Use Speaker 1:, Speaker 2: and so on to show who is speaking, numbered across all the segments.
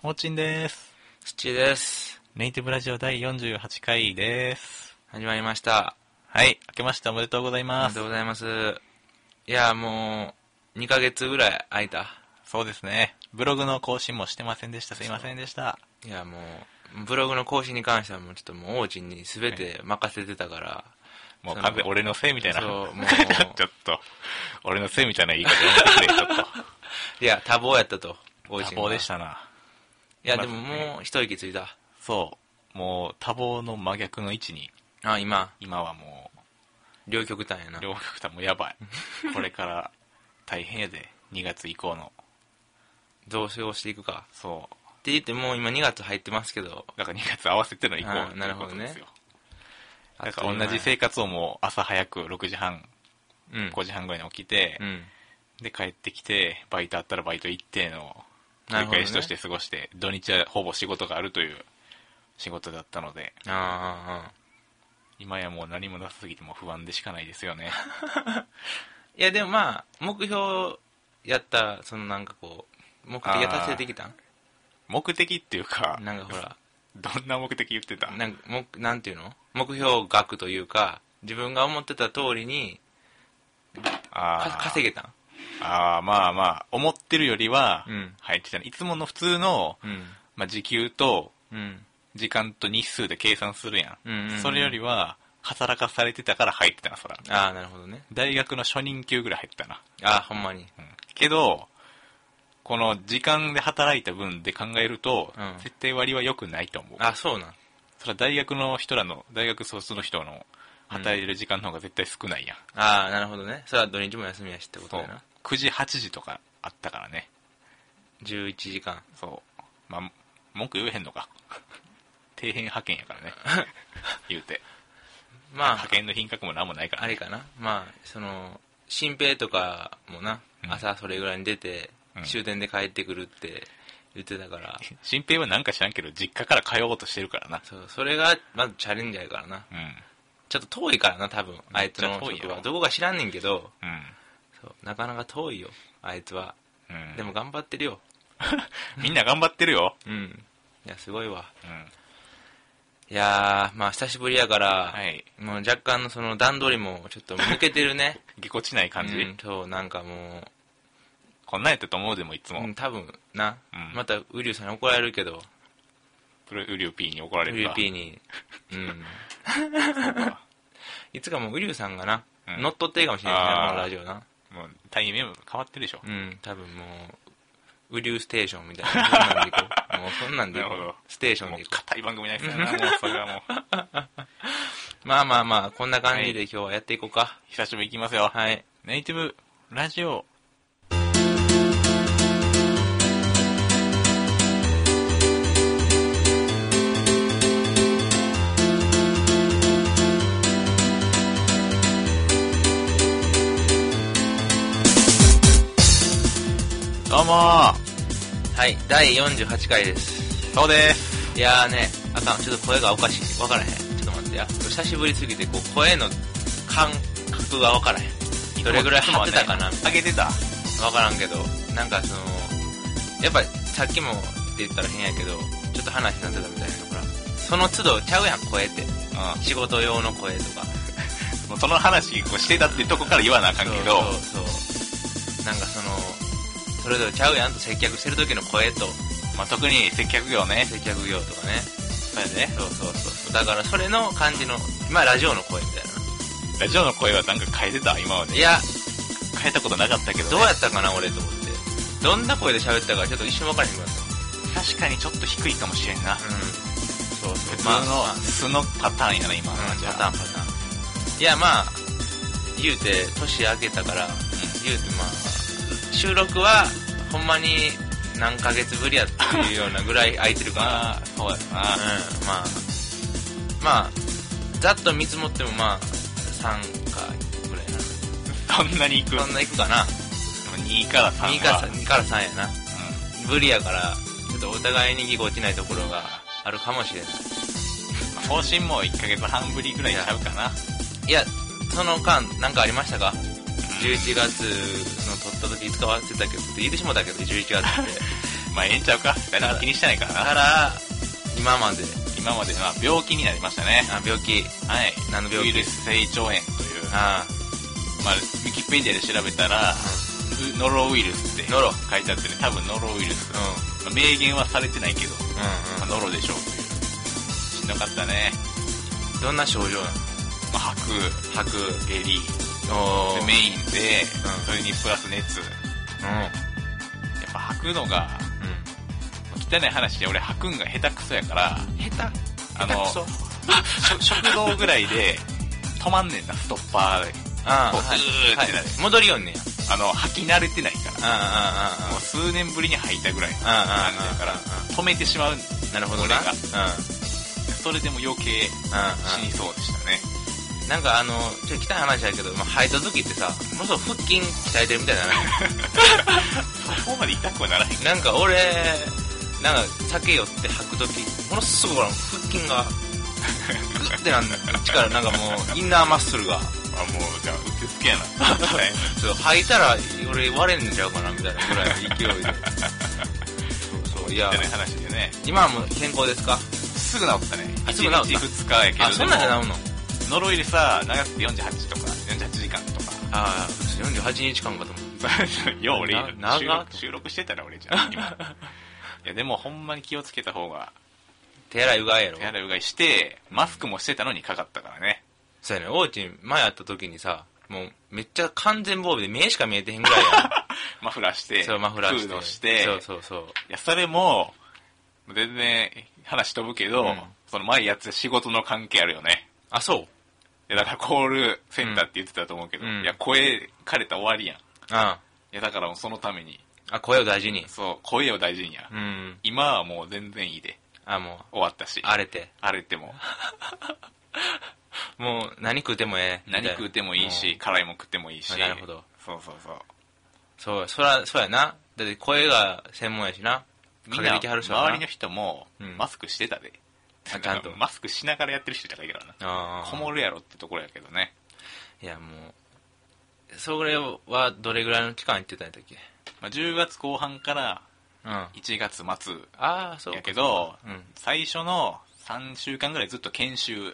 Speaker 1: もーちんです。
Speaker 2: スチーです。
Speaker 1: ネイティブラジオ第48回です。
Speaker 2: 始まりました。
Speaker 1: はい、明けましておめでとうござい
Speaker 2: あり
Speaker 1: ま
Speaker 2: が
Speaker 1: す
Speaker 2: とう。ございます。いや、もう、2ヶ月ぐらい空いた。
Speaker 1: そうですね。ブログの更新もしてませんでした。すいませんでした。
Speaker 2: いや、もう、ブログの更新に関してはもうちょっともう王子に全て任せてたから、
Speaker 1: もう
Speaker 2: そう
Speaker 1: 完全に俺のせいみたいな。
Speaker 2: そうもう
Speaker 1: ちょっと、俺のせいみたいな言い方やめてくれ、ちょっ
Speaker 2: いや、多忙やったと、王
Speaker 1: と。
Speaker 2: 子
Speaker 1: 多
Speaker 2: が
Speaker 1: 忙でし。たな。
Speaker 2: いや、でももう一息ついた。
Speaker 1: そう。もう多忙の真逆の位置に、
Speaker 2: あ、今、
Speaker 1: 今はも
Speaker 2: 両極端やな
Speaker 1: う、。両極端もやば い。これから大変やで、2月以降の。
Speaker 2: どうしようしていくか。
Speaker 1: そう。
Speaker 2: って言ってもう今2月入ってますけど、
Speaker 1: だから2月合わせての以降
Speaker 2: あーなるほ
Speaker 1: と
Speaker 2: どね
Speaker 1: いうことですよだから同じ生活をもう朝早く6時半
Speaker 2: うん。
Speaker 1: 5時半ぐらいに起きて
Speaker 2: う、ん。
Speaker 1: で帰ってきてバイトあったらバイト行っての繰り
Speaker 2: なるほどね
Speaker 1: 返しとして過ごして、土日はほぼ仕事があるという仕事だったので
Speaker 2: あーあー、あー
Speaker 1: 今やもう何もなさすぎてもう不安でしかないですよ ね
Speaker 2: いや、でもまあ、目標やった、そのなんかこう、目的が達成できたん
Speaker 1: 目的っていうか
Speaker 2: なんかほら、
Speaker 1: どんな目的言ってた
Speaker 2: なんかもなんていうの目標額というか自分が思ってた通りにか
Speaker 1: あー
Speaker 2: 稼げたん
Speaker 1: あーまあまあ思ってるよりは
Speaker 2: うん
Speaker 1: 入ってたねいつもの普通の、
Speaker 2: うん
Speaker 1: まあ、時給と
Speaker 2: うん
Speaker 1: 時間と日数で計算するやん,、
Speaker 2: うんうんうん
Speaker 1: それよりは働かされてたから入ってたなそら
Speaker 2: ああなるほどね
Speaker 1: 大学の初任給ぐらい入ったな、
Speaker 2: ああほんまに
Speaker 1: うんけどこの時間で働いた分で考えると、
Speaker 2: うん
Speaker 1: 絶対割は良くないと思う
Speaker 2: あそうなん
Speaker 1: それは大学の人らの大学卒の人の働いてる時間の方が絶対少ないやん、
Speaker 2: ああなるほどねそれは土日も休みやしってこと
Speaker 1: そう
Speaker 2: やな
Speaker 1: 9時8時とかあったからね
Speaker 2: 11時間
Speaker 1: そうまあ文句言えへんの か底辺派遣やからね言うて
Speaker 2: まあ
Speaker 1: 派遣の品格も何もないから
Speaker 2: あれかなまあその新兵とかもな
Speaker 1: うん
Speaker 2: 朝それぐらいに出て、
Speaker 1: うん
Speaker 2: 終電で帰ってくるって言ってたから
Speaker 1: 新平はなんか知らんけど実家から通おうとしてるからな
Speaker 2: そうそれがまずチャレンジャーやからな
Speaker 1: う
Speaker 2: ちょっと遠いからな多分あいつの
Speaker 1: めっちゃ遠い
Speaker 2: 職
Speaker 1: よ
Speaker 2: はどこか知らんねんけど
Speaker 1: ん
Speaker 2: そうなかなか遠いよあいつは
Speaker 1: うん、うん、
Speaker 2: でも頑張ってるよ
Speaker 1: みんな頑張ってるよ、
Speaker 2: うんいやすごいわ
Speaker 1: うん、
Speaker 2: いやーまあ久しぶりやから、
Speaker 1: はい
Speaker 2: もう若干のその段取りもちょっと抜けてるね
Speaker 1: ぎこちない 感じ、
Speaker 2: うん、そうなんかも
Speaker 1: こんなんやったと思うでもいつ
Speaker 2: う、
Speaker 1: も、
Speaker 2: うん、多分な、
Speaker 1: うん
Speaker 2: またウリュウさんに怒られるけど
Speaker 1: プロウリュー P に怒ら
Speaker 2: ウ
Speaker 1: れ
Speaker 2: リ
Speaker 1: る
Speaker 2: ュ
Speaker 1: か
Speaker 2: ウ P にうん いつかもうウリュウさんがな、
Speaker 1: うん
Speaker 2: 乗っ取っていいかもしれない
Speaker 1: あー
Speaker 2: ねこのラジオな
Speaker 1: もうタイミング変わってるでしょ、
Speaker 2: うん多分もうウリュウステーションみたいなそんなんでいこうもうそんなんでいこ
Speaker 1: なるほ
Speaker 2: う
Speaker 1: ど
Speaker 2: ステーション
Speaker 1: もう
Speaker 2: でいこう
Speaker 1: 硬い番組ないですよなもうそれはもう
Speaker 2: まあまあまあ、こんな感じで今日はやっていこうか。
Speaker 1: 久しぶりいきますよ、
Speaker 2: はい。
Speaker 1: ネイティブラジオどうも
Speaker 2: はい、第48回です。
Speaker 1: そうです
Speaker 2: いやーね、あかん、ちょっと声がおかしい。わからへん。ちょっと待ってや。久しぶりすぎて、こう、声の感覚がわからへん。どれぐらい張ってたかな
Speaker 1: あげてた
Speaker 2: わからんけど、なんかその、やっぱさっきもって言ったら変やけど、ちょっと話になってたみたいなほら。その都度ちゃうやん、声って。
Speaker 1: う
Speaker 2: 仕事用の声とか。
Speaker 1: んもうその話こうしてたってとこから言わなあかんけど
Speaker 2: そうそうそう。なんかその、それぞれちゃうやんと接客してる時の声と、
Speaker 1: まあ、特に接客業ね
Speaker 2: 接客業とかね。
Speaker 1: そうやね
Speaker 2: そうそうそうそうだからそれの感じのまあラジオの声みたい
Speaker 1: ラ
Speaker 2: な
Speaker 1: ジオの声はなんか変えてた今まで
Speaker 2: いや
Speaker 1: 変えたことなかったけど、ね、
Speaker 2: どうやったかな俺と思ってどんな声で喋ったかちょっと一瞬分からへんくなった
Speaker 1: 確かにちょっと低いかもしれんな、
Speaker 2: うんそうそう
Speaker 1: 普通
Speaker 2: まあ
Speaker 1: の素のパターンやな今の
Speaker 2: うん
Speaker 1: じゃあ
Speaker 2: パターンパターンいやまあ言うて年明けたから言うてまあ収録はほんまに何ヶ月ぶりやっていうようなぐらい空いてる かな
Speaker 1: まあそうやな、
Speaker 2: うんまあまあざっと見積もってもまあ3回ぐらいな
Speaker 1: そんなにいく
Speaker 2: そんないくかな
Speaker 1: 2から3
Speaker 2: 2
Speaker 1: か
Speaker 2: から ,2 から3やな無理やからちょっとお互いにぎこちないところがあるかもしれない
Speaker 1: うん、更新も1ヶ月半ぶりぐらいちゃうかない
Speaker 2: やその間何かありましたか11月の撮った時いつか忘れたけどって言ってしもたけど11月って
Speaker 1: まあええんちゃうか誰も気にしてないから
Speaker 2: だ
Speaker 1: な
Speaker 2: から今まで
Speaker 1: 今までは病気になりましたね
Speaker 2: あ病気
Speaker 1: はい
Speaker 2: 何の病気
Speaker 1: ウイルス性胃腸炎という
Speaker 2: あ
Speaker 1: まあウィキペディアで調べたらうノロウイルスって
Speaker 2: ノロ
Speaker 1: 書いてあってね多分ノロウイルス、
Speaker 2: うん
Speaker 1: まあ明言はされてないけど、まあ、
Speaker 2: う
Speaker 1: ノロでしょうしんどかったね、
Speaker 2: んうんどんな症状なの
Speaker 1: まあ、吐く吐く下痢
Speaker 2: お
Speaker 1: で
Speaker 2: ー
Speaker 1: メインで、
Speaker 2: うん
Speaker 1: それにプラス熱やっぱ吐くのが
Speaker 2: う
Speaker 1: 汚い話で俺吐くんが下手くそやから
Speaker 2: ん下手
Speaker 1: あの
Speaker 2: 下手くそ
Speaker 1: 食食堂ぐらいで止まんねんなストッパーで
Speaker 2: あ
Speaker 1: こう
Speaker 2: はい
Speaker 1: グーってなる
Speaker 2: 戻りよんねや
Speaker 1: あの吐き慣れてないから
Speaker 2: ああああ
Speaker 1: もう数年ぶりに吐いたぐらいの
Speaker 2: ああああ
Speaker 1: 感じやから止めてしまう
Speaker 2: なるほど
Speaker 1: 俺
Speaker 2: な
Speaker 1: が
Speaker 2: う
Speaker 1: それでも余計
Speaker 2: んうん
Speaker 1: 死にそうでしたね
Speaker 2: うんなんかあのちょっと汚い話やけど、まあ、吐いた時ってさものすごい腹筋鍛えてるみたいにならへん
Speaker 1: そこまで痛くはならへんけど
Speaker 2: なんか俺なんか酒酔って吐く時ものすごい腹筋がグッてなんだ力なんかもうインナーマッスルが
Speaker 1: あもうじゃあうってつけ やな
Speaker 2: ちょっと吐いたら俺割れんちゃうかなみたいなぐらいの勢いでそうそういや
Speaker 1: みたいな話でね
Speaker 2: 今はもう健康ですか
Speaker 1: すぐ治ったね
Speaker 2: あ
Speaker 1: 1
Speaker 2: すぐ治った
Speaker 1: 日2日やけれども
Speaker 2: あそんなんじゃ治んの
Speaker 1: ノロ入りさ長くて48とか48時間とか
Speaker 2: ああ48日間かと思う
Speaker 1: よう俺
Speaker 2: な長っ
Speaker 1: 収録収録してたら俺じゃ ん今いやでもほんまに気をつけた方が
Speaker 2: 手洗いうがいやろ
Speaker 1: 手洗いうがいしてマスクもしてたのにかかったからね
Speaker 2: そうやねおうちん前会った時にさもうめっちゃ完全防備で目しか見えてへんぐらい や
Speaker 1: マフラーして
Speaker 2: そうマフラー
Speaker 1: フ
Speaker 2: し
Speaker 1: ード
Speaker 2: て
Speaker 1: して
Speaker 2: そうそうそう
Speaker 1: いやそれも全然話飛ぶけど、
Speaker 2: うん
Speaker 1: その前やってた仕事の関係あるよね
Speaker 2: あそう
Speaker 1: いやだからコールセンターって言ってたと思うけど、
Speaker 2: うん
Speaker 1: いや声枯れたら終わりやんい
Speaker 2: あ
Speaker 1: やだからもうそのために
Speaker 2: ああ声を大事に
Speaker 1: そう声を大事にや、
Speaker 2: うん
Speaker 1: 今はもう全然いいで
Speaker 2: あもう
Speaker 1: 終わったし
Speaker 2: 荒れて
Speaker 1: 荒れても
Speaker 2: もう何食うてもええ
Speaker 1: 何食うてもいいし辛いもん食ってもいいし
Speaker 2: あなるほど
Speaker 1: そうそうそう
Speaker 2: そうそらそうやなだって声が専門やしな
Speaker 1: みん
Speaker 2: 陰
Speaker 1: な
Speaker 2: 引きはる人はな
Speaker 1: 周りの人も
Speaker 2: うん
Speaker 1: マスクしてたで、
Speaker 2: あちゃんと
Speaker 1: マスクしながらやってる人いたからいいからな
Speaker 2: あー
Speaker 1: こもるやろってところやけどね
Speaker 2: いやもうそれはどれぐらいの期間行ってたんだっけ
Speaker 1: まあ、10月後半から
Speaker 2: うんあ
Speaker 1: 1月末
Speaker 2: あそうか
Speaker 1: やけど、
Speaker 2: うん
Speaker 1: 最初の3週間ぐらいずっと研修
Speaker 2: うんうん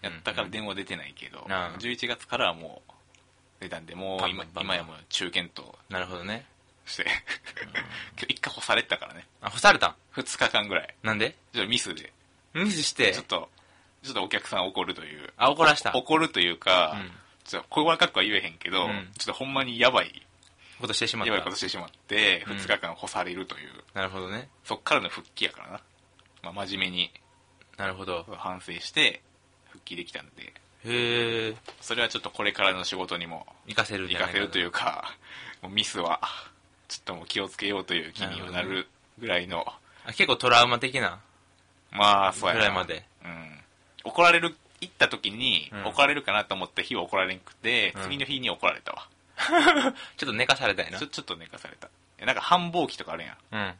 Speaker 1: やったから
Speaker 2: うん
Speaker 1: 電話出てないけど、
Speaker 2: うんああ
Speaker 1: 11月からはもう出たんでもう今
Speaker 2: バンバンバン
Speaker 1: 今やもう中堅と
Speaker 2: なるほどね
Speaker 1: して 一回干されてたからね
Speaker 2: あ干されたん
Speaker 1: 2日間ぐらい
Speaker 2: なんで
Speaker 1: ちょっとミスで
Speaker 2: ミスして
Speaker 1: ちょっとちょっとお客さん怒るという
Speaker 2: あ怒らしたこ
Speaker 1: 怒るというか、
Speaker 2: うん
Speaker 1: ちょっとこれはかくは言えへんけど、
Speaker 2: うん
Speaker 1: ちょっとほんまにやばい
Speaker 2: としてしまっ
Speaker 1: やばいこと
Speaker 2: た
Speaker 1: してしまって
Speaker 2: うん
Speaker 1: 2日間干されるという、
Speaker 2: なるほどね
Speaker 1: そっからの復帰やからな、まあ、真面目に
Speaker 2: なるほど
Speaker 1: 反省して復帰できたんで
Speaker 2: へえ
Speaker 1: それはちょっとこれからの仕事にも
Speaker 2: 行かせるん
Speaker 1: 活
Speaker 2: じゃ
Speaker 1: か
Speaker 2: ない
Speaker 1: せるといううかもうミスはちょっともう気をつけようという気にはなるぐらいの
Speaker 2: 結構トラウマ的な
Speaker 1: まあそうやな
Speaker 2: ぐらいまで
Speaker 1: うん、怒られる行った時に
Speaker 2: うん
Speaker 1: 怒られるかなと思った日は怒られなくて、
Speaker 2: うん
Speaker 1: 次の日に怒られたわ
Speaker 2: ちょっと寝かされたいな
Speaker 1: ちょちょっと寝かされたえなんか繁忙期とかあるやん
Speaker 2: うん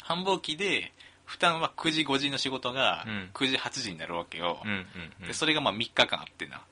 Speaker 1: 繁忙期で負担は9時5時の仕事が
Speaker 2: うん
Speaker 1: 9時8時になるわけよ、
Speaker 2: うんうんうん
Speaker 1: でそれがまあ3日間あってな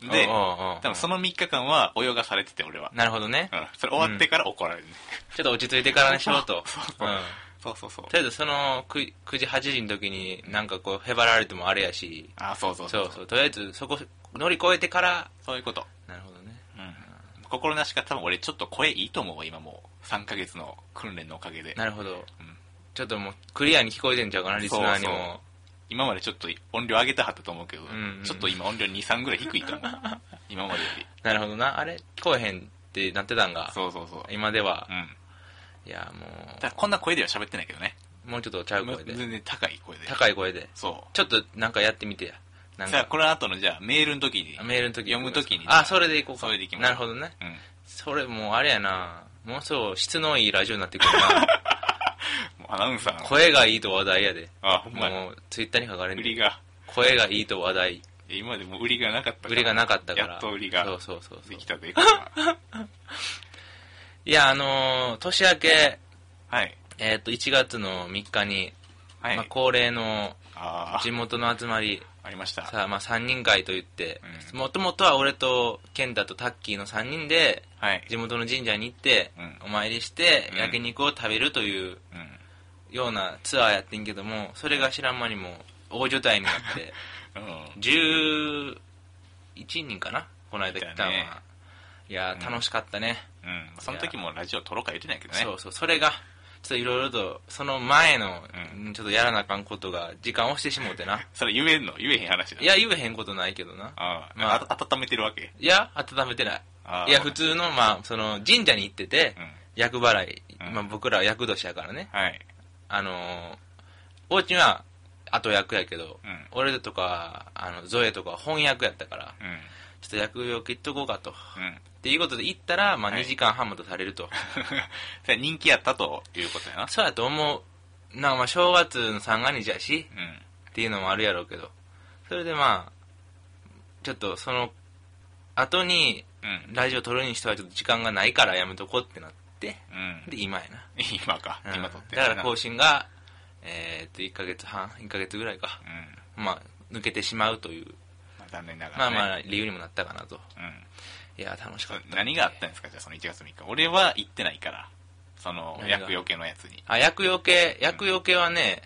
Speaker 1: で
Speaker 2: おうおうおう
Speaker 1: 多分その3日間は泳がされてて俺は、
Speaker 2: なるほどね
Speaker 1: うん、それ終わってから怒られるね、
Speaker 2: ちょっと落ち着いてからにしようと
Speaker 1: そうそう
Speaker 2: う
Speaker 1: そうんそうそうそう
Speaker 2: とりあえずその 9, 時8時の時になんかこうへばられてもあれやし
Speaker 1: あそうそうそう
Speaker 2: そ
Speaker 1: そう
Speaker 2: うそうとりあえずそこ乗り越えてから
Speaker 1: いうこと、
Speaker 2: なるほどね
Speaker 1: うん、心なしか多分俺ちょっと声いいと思うわ今もう3ヶ月の訓練のおかげで
Speaker 2: なるほど
Speaker 1: うん
Speaker 2: ちょっともうクリアに聞こえてんちゃうかなリスナーにも
Speaker 1: 今までちょっと音量上げたはったと思うけど、
Speaker 2: んうん
Speaker 1: ちょっと今音量23ぐらい低いと思う 今までより
Speaker 2: なるほどなあれ聞こえへんってなってたんが
Speaker 1: そうそうそう
Speaker 2: 今では
Speaker 1: うん
Speaker 2: いやも
Speaker 1: ただこんな声では喋ってないけどね
Speaker 2: うもうちょっとちゃう声で
Speaker 1: 全然高い声で
Speaker 2: 高い声で
Speaker 1: そ
Speaker 2: ちょっとなんかやってみてやな
Speaker 1: うんさあ
Speaker 2: か
Speaker 1: この後のじゃあメールの時に
Speaker 2: メールの時
Speaker 1: 読む時に
Speaker 2: あそれでいこうか
Speaker 1: それでいきます
Speaker 2: なるほどね
Speaker 1: うん
Speaker 2: それもうあれやなもうそう質のいいラジオになってくる な
Speaker 1: もうアナウンサーの
Speaker 2: 声がいいと話題やで
Speaker 1: あほんまや
Speaker 2: もうツイッターに書かれ
Speaker 1: 売
Speaker 2: ん
Speaker 1: り
Speaker 2: で
Speaker 1: が
Speaker 2: 声がいいと話題
Speaker 1: いや今までもう売りがなかったから
Speaker 2: 売りがなかったから
Speaker 1: やっと売りが
Speaker 2: そうそうそうそ
Speaker 1: で
Speaker 2: う
Speaker 1: きたでこれはい
Speaker 2: やあのー年明け
Speaker 1: はい
Speaker 2: えっ、と1月の3日に、
Speaker 1: はい、
Speaker 2: まあ、恒例の
Speaker 1: あ
Speaker 2: 地元の集まり
Speaker 1: あありました
Speaker 2: さあ、まあ、3人会といって
Speaker 1: う
Speaker 2: もともとは俺と健太とタッキーの3人で
Speaker 1: はい、
Speaker 2: 地元の神社に行って
Speaker 1: うん
Speaker 2: お参りして
Speaker 1: うん
Speaker 2: 焼肉を食べるという
Speaker 1: うん、
Speaker 2: ようなツアーやってんけどもそれが知らん間にもう大所帯になって
Speaker 1: うん
Speaker 2: 11人かなこの間来たのは、
Speaker 1: いたね
Speaker 2: いや
Speaker 1: うん
Speaker 2: ー楽しかったね、
Speaker 1: うんその時もラジオ撮ろうか言ってないけどね
Speaker 2: そうそうそれがちょっといろいろとその前の、
Speaker 1: う
Speaker 2: ちょっとやらなあかんことが時間押してしも うてな
Speaker 1: それ言えんの言えへん話だ
Speaker 2: いや言えへんことないけどな
Speaker 1: あ
Speaker 2: まあ
Speaker 1: あた温めてるわけ
Speaker 2: いや温めてない
Speaker 1: あー
Speaker 2: いや普通のまあその神社に行ってて、
Speaker 1: うん
Speaker 2: 厄払い、
Speaker 1: うん
Speaker 2: まあ、僕らは厄年やからね
Speaker 1: はい
Speaker 2: あのー、おうちは後役やけど、
Speaker 1: うん
Speaker 2: 俺とかあのゾエとかは翻訳やったから
Speaker 1: うん
Speaker 2: ちょっと役用切っとこうかと、
Speaker 1: う
Speaker 2: っ
Speaker 1: ん
Speaker 2: ていうことで行ったら、まあ、
Speaker 1: はい
Speaker 2: 2時間半もとされる と、
Speaker 1: それ 人気やったということやな
Speaker 2: そうやと思うなんかまあ正月の三が日やし
Speaker 1: うん
Speaker 2: っていうのもあるやろうけどそれでまあちょっとその後に
Speaker 1: うん
Speaker 2: ラジオ撮るにしてはちょっと時間がないからやめとこうってなって
Speaker 1: うん
Speaker 2: で今やな
Speaker 1: 今か
Speaker 2: うん
Speaker 1: 今撮ってる
Speaker 2: だ
Speaker 1: な
Speaker 2: から更新がえーっと1ヶ月半1ヶ月ぐらいか
Speaker 1: うん
Speaker 2: まあ抜けてしまうという、
Speaker 1: まあ残念なが
Speaker 2: ま
Speaker 1: ら
Speaker 2: あ
Speaker 1: ね
Speaker 2: まあ理由にもなったかなと
Speaker 1: うん
Speaker 2: いや楽しかった
Speaker 1: 何があったんですかじゃあその1月3日俺は行ってないからその
Speaker 2: 何が
Speaker 1: 薬用系のやつに
Speaker 2: あ薬用系薬用系はね、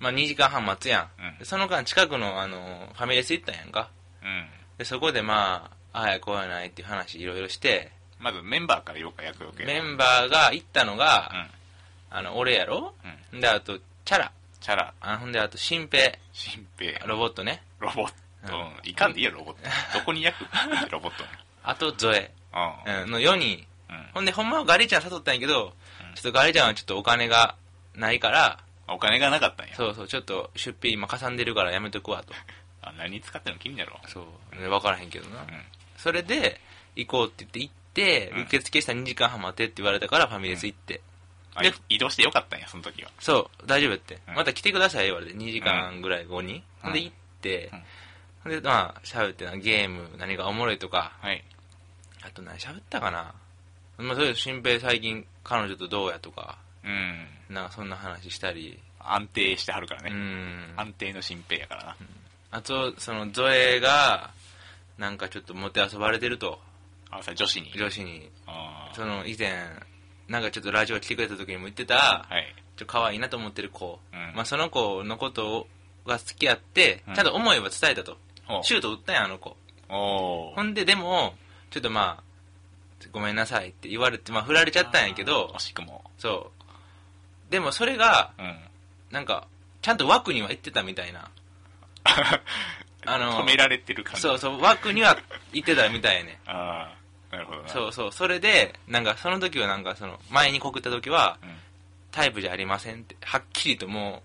Speaker 2: まあ2時間半待つやん、
Speaker 1: うん
Speaker 2: でその間近くのあのファミレス行ったんやんか
Speaker 1: うん
Speaker 2: でそこでまあああやこうやないっていう話いろいろして
Speaker 1: まずメンバーから言おうか薬用系の
Speaker 2: メンバーが行ったのが、
Speaker 1: うん
Speaker 2: あの俺やろ、
Speaker 1: う
Speaker 2: であとチャラ
Speaker 1: チャラ
Speaker 2: あほんであと新平
Speaker 1: 新兵
Speaker 2: ロボットね
Speaker 1: ロボット、うんいかんでいいやロボットどこに 役ロボットに
Speaker 2: あとゾエ、
Speaker 1: あ
Speaker 2: うん、の4人
Speaker 1: うん
Speaker 2: ほんでほんまはガリちゃん誘ったんやけど、
Speaker 1: うん
Speaker 2: ちょっとガリちゃんはちょっとお金がないから
Speaker 1: お金がなかったんや
Speaker 2: そうそうちょっと出費今かさんでるからやめとくわと
Speaker 1: あ何に使ってんの君やろ
Speaker 2: そう、ね、分からへんけどな、
Speaker 1: うん
Speaker 2: それで行こうって言って行って、
Speaker 1: うん
Speaker 2: 受付したら2時間半待てって言われたからファミレス行って、
Speaker 1: あ
Speaker 2: で
Speaker 1: 移動してよかったんやその時は
Speaker 2: そう大丈夫やって、
Speaker 1: うん
Speaker 2: また来てください言われて2時間ぐらい後に、ほんで行って、ほんでまあ喋ってなゲーム何がおもろいとか
Speaker 1: はい
Speaker 2: あと何喋ったかなまあそれこそ新平最近彼女とどうやとか
Speaker 1: うん
Speaker 2: なんかそんな話したり
Speaker 1: 安定してはるから
Speaker 2: う
Speaker 1: ね、
Speaker 2: ん
Speaker 1: 安定の新兵やからな、
Speaker 2: あとそのゾエがなんかちょっともてあそばれてると
Speaker 1: あそれ女子に
Speaker 2: 女子に
Speaker 1: あー
Speaker 2: その以前なんかちょっとラジオ来てくれた時にも言ってた
Speaker 1: はい
Speaker 2: ちょっと可愛いなと思ってる子、
Speaker 1: うん
Speaker 2: まあ、その子のことが好きやって、
Speaker 1: うん
Speaker 2: ちゃんと思いは伝えたと
Speaker 1: ほう
Speaker 2: シュート打ったんやあの子
Speaker 1: おー
Speaker 2: ほんででもちょっとまあごめんなさいって言われて、まあ、振られちゃったんやけど
Speaker 1: 惜しくも
Speaker 2: そうでもそれが
Speaker 1: うん
Speaker 2: なんかちゃんと枠には行ってたみた いなあの
Speaker 1: 止められてる感じ
Speaker 2: そうそう枠には行ってたみたい やね
Speaker 1: ああなるほどな
Speaker 2: そうそうそれでなんかその時はなんかその前に告った時は
Speaker 1: うん
Speaker 2: タイプじゃありませんってはっきりとも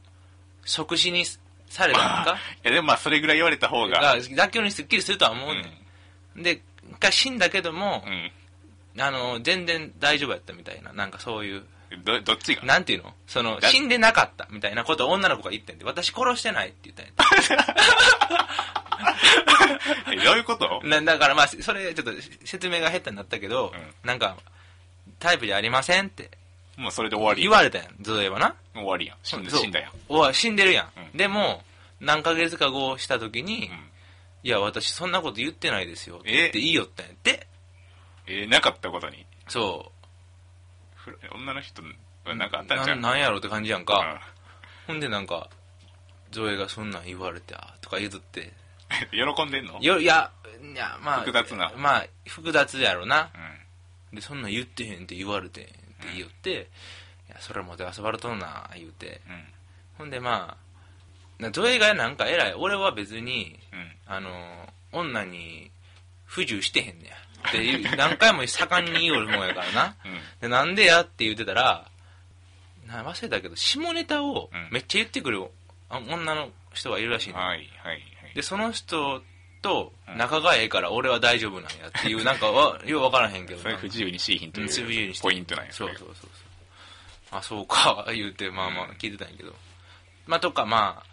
Speaker 2: う即死にされた
Speaker 1: ま
Speaker 2: の
Speaker 1: あ
Speaker 2: か
Speaker 1: いやでもまあそれぐらい言われた方 が
Speaker 2: が妥協にすっきりするとは思うね、ん、でが死んだけども
Speaker 1: う、ん
Speaker 2: あの全然大丈夫やったみたいななんかそういう
Speaker 1: うんどどっちが
Speaker 2: なんていうのその
Speaker 1: だ
Speaker 2: 死んでなかったみたいなことを女の子が言ってんで私殺してないって言ったんやて
Speaker 1: えどういうこと
Speaker 2: な だからまあそれちょっと説明が下手になったけど、
Speaker 1: う
Speaker 2: なんかタイプじゃありませんって
Speaker 1: もうそれで終わり
Speaker 2: 言われたやん例えばな
Speaker 1: 終わりやん死んだ
Speaker 2: そう
Speaker 1: 死んだやん
Speaker 2: おわ死んでるやん、
Speaker 1: うん
Speaker 2: でも何ヶ月か後した時に、
Speaker 1: ん
Speaker 2: いや私そんなこと言ってないですよって言って
Speaker 1: え
Speaker 2: いいよったんやって
Speaker 1: えーなかったことに
Speaker 2: そ
Speaker 1: ふ女の人は
Speaker 2: う
Speaker 1: なんかあったんじゃん
Speaker 2: ななんやろって感じやんか、
Speaker 1: うん
Speaker 2: ほんでなんか、ゾエがそんなん言われて、あーとか言うとって。
Speaker 1: 喜んでんの
Speaker 2: よいや、いや、まあ、
Speaker 1: 複雑な
Speaker 2: まあ、複雑やろな
Speaker 1: う。ん
Speaker 2: で、そんなん言ってへんって言われてんって言おって、いや、それもて遊ばれとんな、言うて。
Speaker 1: うん
Speaker 2: ほんでまあ、なゾエがなんか偉い。俺は別に、
Speaker 1: うん
Speaker 2: あの、女に不自由してへんねや。っていう 何回も盛んに言おるもんやからな。
Speaker 1: うん
Speaker 2: で、なんでやって言ってたら、な忘れたけど、下ネタをめっちゃ言ってくる、あ女の人がいるらしいの。
Speaker 1: はいはいはい
Speaker 2: でその人と仲がええから俺は大丈夫なんやっていうなんかわよう分からへんけど
Speaker 1: それ
Speaker 2: な
Speaker 1: 不自由にしいひんと
Speaker 2: うん不自由
Speaker 1: い
Speaker 2: に
Speaker 1: う
Speaker 2: して
Speaker 1: ポイントなんや
Speaker 2: そう
Speaker 1: れ
Speaker 2: そう
Speaker 1: が
Speaker 2: そうそうあそうか 言うてまあまあ聞いてたんやけど、まあとかま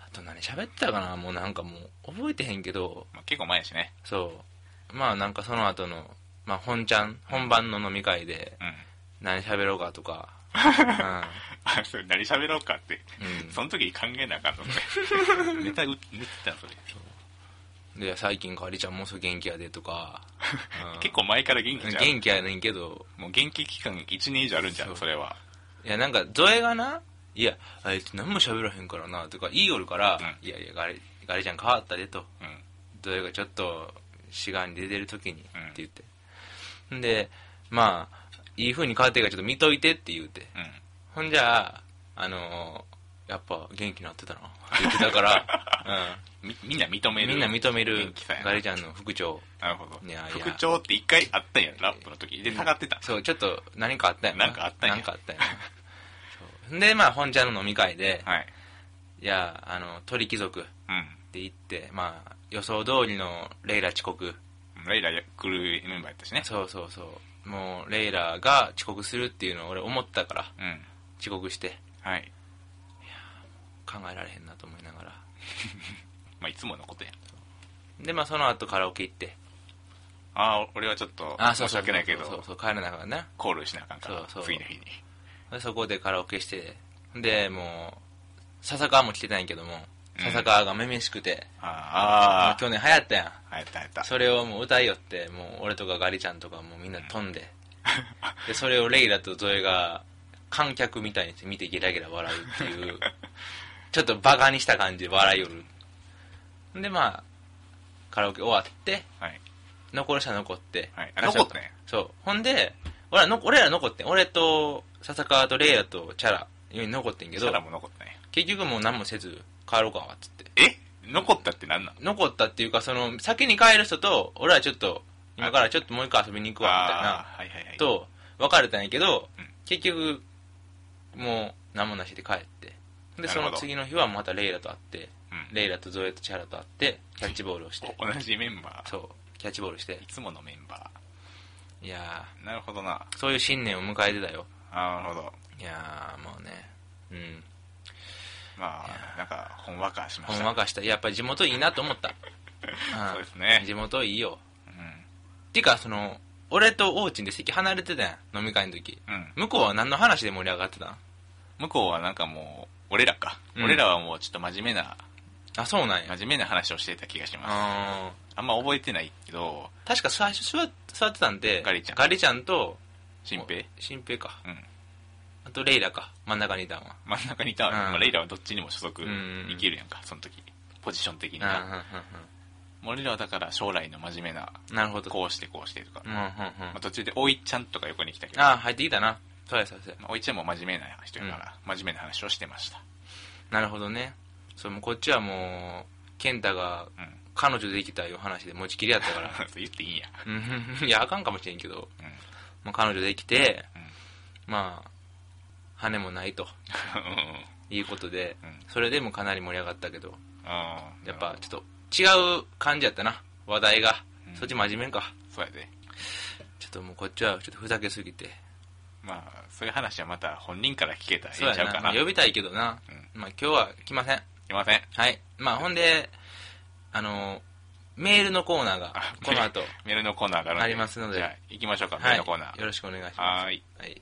Speaker 2: ああと何喋ってたかなもうなんかもう覚えてへんけど
Speaker 1: まあ結構前やしね
Speaker 2: そうまあなんかその後のまあ本ちゃん本番の飲み会で
Speaker 1: うん
Speaker 2: 何喋ろうかとかう
Speaker 1: あそれ何喋ろうかって
Speaker 2: うん
Speaker 1: その時に考えなあかんのね ネタ打ってたんそれ
Speaker 2: んで最近かりちゃんもうそ元気やでとか、うん
Speaker 1: 結構前から元気じゃん
Speaker 2: 元気やねんけど
Speaker 1: もう元気期間1年以上あるんじゃ
Speaker 2: そ
Speaker 1: ん
Speaker 2: う
Speaker 1: それはい
Speaker 2: やなんかゾエがないやあいつ何も喋らへんからなとか言いよるから、
Speaker 1: う
Speaker 2: いやいやガレガレちゃん変わったでと
Speaker 1: うん
Speaker 2: どれがちょっと志願に出てる時にって
Speaker 1: うん
Speaker 2: 言って、ん、でまあいい風に変わってるからちょっと見といてって言うて
Speaker 1: うん
Speaker 2: ほんじゃあのーやっぱ元気になってたなって言ってた から、
Speaker 1: みみんな認
Speaker 2: う
Speaker 1: め
Speaker 2: ん、
Speaker 1: る
Speaker 2: みんな認める
Speaker 1: 元気さやな
Speaker 2: ガレちゃんの副長
Speaker 1: なるほど
Speaker 2: いやいや
Speaker 1: 副長って一回あったんやラップの時で下がってた
Speaker 2: そうちょっと何かあったんや
Speaker 1: なんかあったんや
Speaker 2: なんかあったんやなそうでまあ本ちゃんの飲み会で、
Speaker 1: はい
Speaker 2: い、やあの鳥貴族っ
Speaker 1: う
Speaker 2: て言ってまあ予想通りのレイラ遅刻
Speaker 1: んレイラ来るメンバーやったしね
Speaker 2: そうそうそうもうレイラが遅刻するっていうのを俺思ったから
Speaker 1: うん
Speaker 2: 遅刻して
Speaker 1: はい
Speaker 2: 考えられへんなと思いながら
Speaker 1: まあいつものことや
Speaker 2: でまあその後カラオケ行って
Speaker 1: ああ俺はちょっと申し訳ないけ
Speaker 2: そう
Speaker 1: ど
Speaker 2: そう帰らなあかんな
Speaker 1: コールしなあかんから
Speaker 2: そうそう
Speaker 1: 次の日に
Speaker 2: でそこでカラオケしてでもう笹川も来てたんやけども
Speaker 1: うん
Speaker 2: 笹川がめめしくて、
Speaker 1: あー
Speaker 2: 去年流行ったやん
Speaker 1: あーやったやった
Speaker 2: それをもう歌いよってもう俺とかガリちゃんとかもうみんな 飛んででそれをレイラとゾエが観客みたいにして見てゲラゲラ笑うっ ていうちょっとバカにした感じで笑いよるでまあカラオケ終わって
Speaker 1: はい
Speaker 2: 残る人は残って、
Speaker 1: はいあ残ったね
Speaker 2: そうほんで俺らの俺ら残ってん俺と笹川とレイラとチャラ4人残ってんけ
Speaker 1: そ
Speaker 2: ど
Speaker 1: したらもう残ったね
Speaker 2: 結局もう何もせず帰ろうかっつって
Speaker 1: え残ったってなんなん
Speaker 2: 残ったっていうかその先に帰る人と俺はちょっと今からちょっともう一回遊びに行くわみたいな
Speaker 1: あーはいはいはい
Speaker 2: と別れたんやけど、
Speaker 1: うん
Speaker 2: 結局もう何もなしで帰ってで
Speaker 1: な
Speaker 2: そ
Speaker 1: るほど
Speaker 2: の次の日はまたレイラと会って
Speaker 1: うん
Speaker 2: レイラとゾエとチャラと会ってキャッチボールをして
Speaker 1: お同じメンバー
Speaker 2: そうキャッチボールして
Speaker 1: いつものメンバ
Speaker 2: いや
Speaker 1: ーなるほどな
Speaker 2: ーそういう新年を迎えてたよ
Speaker 1: あーなるほど
Speaker 2: いやーもうねうん
Speaker 1: まあなんかほんわかしま
Speaker 2: ほ
Speaker 1: し
Speaker 2: ん
Speaker 1: た
Speaker 2: わかしたやっぱり地元いいなと 思った、うん
Speaker 1: そうですね
Speaker 2: 地元いいよ
Speaker 1: うん
Speaker 2: っていうかその俺とオーチンで席離れてたやん飲み会の時
Speaker 1: うん
Speaker 2: 向こうは何の話で盛り上がってたん
Speaker 1: 向こうはなんかもう俺らか
Speaker 2: うん
Speaker 1: 俺らはもうちょっと真面目な
Speaker 2: あそうなんや
Speaker 1: 真面目な話をしてた気がします
Speaker 2: あー
Speaker 1: あんま覚えてないけど
Speaker 2: 確か最初座っ座ってたんで
Speaker 1: ガリちゃん
Speaker 2: ガリちゃんと
Speaker 1: 新平
Speaker 2: 新平か
Speaker 1: うん
Speaker 2: あとレイラか真ん中にいたんは
Speaker 1: 真ん中にいたわね
Speaker 2: うん
Speaker 1: まあレイラはどっちにも所属
Speaker 2: うん
Speaker 1: いけるやんかその時ポジション的に
Speaker 2: うんうん
Speaker 1: はもう俺らはだから将来の真面目な
Speaker 2: うんなるほど
Speaker 1: こうしてこうしてとか
Speaker 2: うんうんう
Speaker 1: ま
Speaker 2: ん
Speaker 1: あ
Speaker 2: あ
Speaker 1: 途中でおいちゃんとか横に来たけど
Speaker 2: あ入ってきたなそうやそうやそうや
Speaker 1: まあおいちゃんも真面目な人やから真面目な話をしてました
Speaker 2: なるほどねそうもうこっちはもう健太が
Speaker 1: うん
Speaker 2: 彼女できたいう話で持ちきりやったから
Speaker 1: そう言っていいんや
Speaker 2: うんい やあかんかもしれんけど
Speaker 1: うん
Speaker 2: もう彼女できて
Speaker 1: うん
Speaker 2: まあ羽もないということで、
Speaker 1: うん
Speaker 2: それでもかなり盛り上がったけど
Speaker 1: あー
Speaker 2: やっぱちょっと違う感じやったな話題が、
Speaker 1: うん
Speaker 2: そっち真面目か
Speaker 1: そうやで
Speaker 2: ちょっともうこっちはちょっとふざけすぎて
Speaker 1: まあそういう話はまた本人から聞けたらえ
Speaker 2: そう
Speaker 1: えん
Speaker 2: や
Speaker 1: ちゃう
Speaker 2: な
Speaker 1: か
Speaker 2: ま
Speaker 1: な
Speaker 2: あ呼びたいけどな、
Speaker 1: う
Speaker 2: まあ今日は来ません
Speaker 1: いません
Speaker 2: はいまあほんであのメールのコーナーが
Speaker 1: あ
Speaker 2: この後
Speaker 1: メールのコーナーがあるんで
Speaker 2: ありますので
Speaker 1: じゃあ行きましょうかメー
Speaker 2: は
Speaker 1: ル
Speaker 2: い
Speaker 1: のコーナー
Speaker 2: よろしくお願いします
Speaker 1: はーい
Speaker 2: はい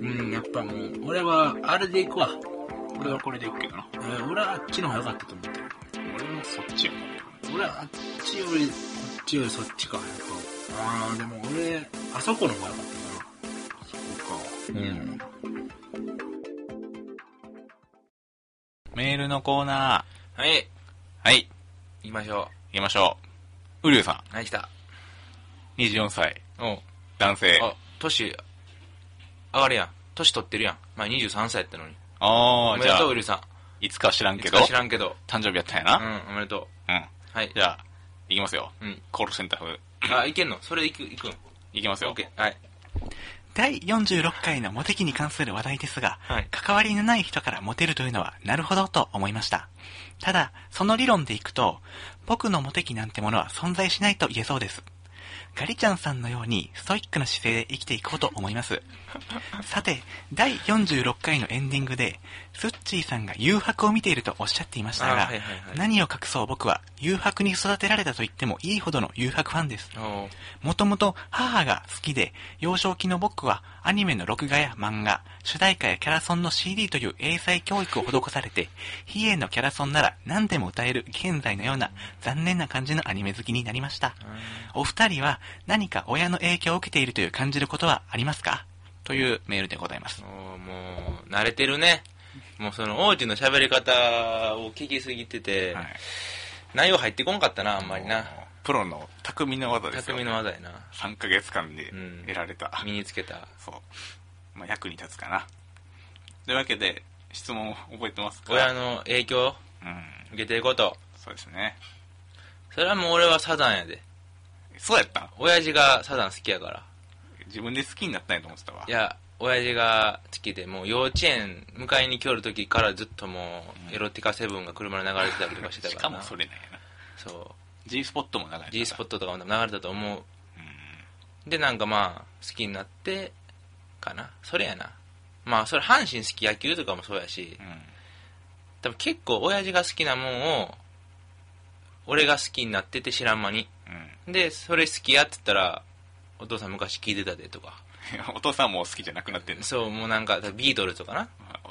Speaker 3: うん、やっぱもう、俺はあれで行くわ。
Speaker 1: 俺はこれで行くけどな
Speaker 3: えー俺はあっちの方が良かったと思ってる。
Speaker 1: 俺もそっちよ
Speaker 3: 俺はあっちより、こっちよりそっちか、やっぱ。あー、でも俺、あそこの方が良かったな。うん。
Speaker 1: メールのコーナ
Speaker 2: はい
Speaker 1: ーはい
Speaker 2: 行きましょ
Speaker 1: 行きましょうウリュウさ
Speaker 2: うはい来た
Speaker 1: ん24歳
Speaker 2: おう
Speaker 1: 男性
Speaker 2: あ年上がるやん年取ってるやん前23歳やったのに
Speaker 1: あ
Speaker 2: お
Speaker 1: あ
Speaker 2: め
Speaker 1: じ
Speaker 2: で
Speaker 1: ゃ
Speaker 2: とう
Speaker 1: あ
Speaker 2: ウリュウさ
Speaker 1: いつか知らん
Speaker 2: んい
Speaker 1: け
Speaker 2: つ
Speaker 1: ど
Speaker 2: か知らんけど
Speaker 1: 誕生日やったんや
Speaker 2: う
Speaker 1: な、
Speaker 2: んおめでと
Speaker 1: うん
Speaker 2: うはい
Speaker 1: じゃあ行きますよ
Speaker 2: うん
Speaker 1: コールセンター風
Speaker 2: あいけんのそれいくいくん
Speaker 1: 行きます
Speaker 2: オ
Speaker 1: よ
Speaker 2: ッケーはい
Speaker 4: 第46回のモテ期に関する話題ですが、
Speaker 2: はい
Speaker 4: 関わりのない人からモテるというのはなるほどと思いました。ただ、その理論でいくと、僕のモテ期なんてものは存在しないと言えそうです。ガリちゃんさんのようにストイックな姿勢で生きていこうと思い ます。さて、第46回のエンディングで、スッチーさんが誘惑を見ているとおっしゃっていましたが、
Speaker 2: あはいはいはい
Speaker 4: 何を隠そう僕は誘惑に育てられたと言ってもいいほどの誘惑ファンです。
Speaker 2: おう
Speaker 4: もともと母が好きで、幼少期の僕はアニメの録画や漫画、主題歌やキャラソンの CD という英才教育を施されて、比叡のキャラソンなら何でも歌える現在のような残念な感じのアニメ好きになりました。お二人は何か親の影響を受けているという感じることはありますかというメールでございます。
Speaker 2: おーもう、慣れてるね。もうその、王子の喋り方を聞きすぎてて、
Speaker 4: はい。
Speaker 2: 内容入ってこんかったな、あんまりな。
Speaker 1: プロの匠の技ですよ
Speaker 2: 匠の技やな。
Speaker 1: 3ヶ月間で
Speaker 2: うん
Speaker 1: 得られた、
Speaker 2: 身につけた。
Speaker 1: そう、まあ、役に立つかなというわけで質問覚えてますか
Speaker 2: 親の影響を
Speaker 1: うん
Speaker 2: 受けてること。
Speaker 1: そうですね
Speaker 2: それはもう俺はサザンやで。
Speaker 1: そうやったん
Speaker 2: 親父がサザン好きやから。
Speaker 1: 自分で好きになったんやと思ってたわ
Speaker 2: いや、親父が好きで、もう幼稚園迎えに来よる時からずっともう、エロティカセブンが車で流れてたりとかしてた
Speaker 1: し
Speaker 2: か
Speaker 1: からも
Speaker 2: な。
Speaker 1: それなんやな
Speaker 2: そ
Speaker 1: G スポットも流れてた
Speaker 2: う。G スポットとかも流れたと思
Speaker 1: うん
Speaker 2: う。で、なんかまあ、好きになって、かな。それやな。まあ、それ阪神好き、野球とかもそうやし、
Speaker 1: うん
Speaker 2: 多分結構親父が好きなもんを、俺が好きになってて知らん間に。
Speaker 1: うん
Speaker 2: で、それ好きやって言ったら、お父さん昔聞いてたでとか。
Speaker 1: いやお父さんもう好きじゃなくなってんの
Speaker 2: そう、もうなんか、ビートルズとかな。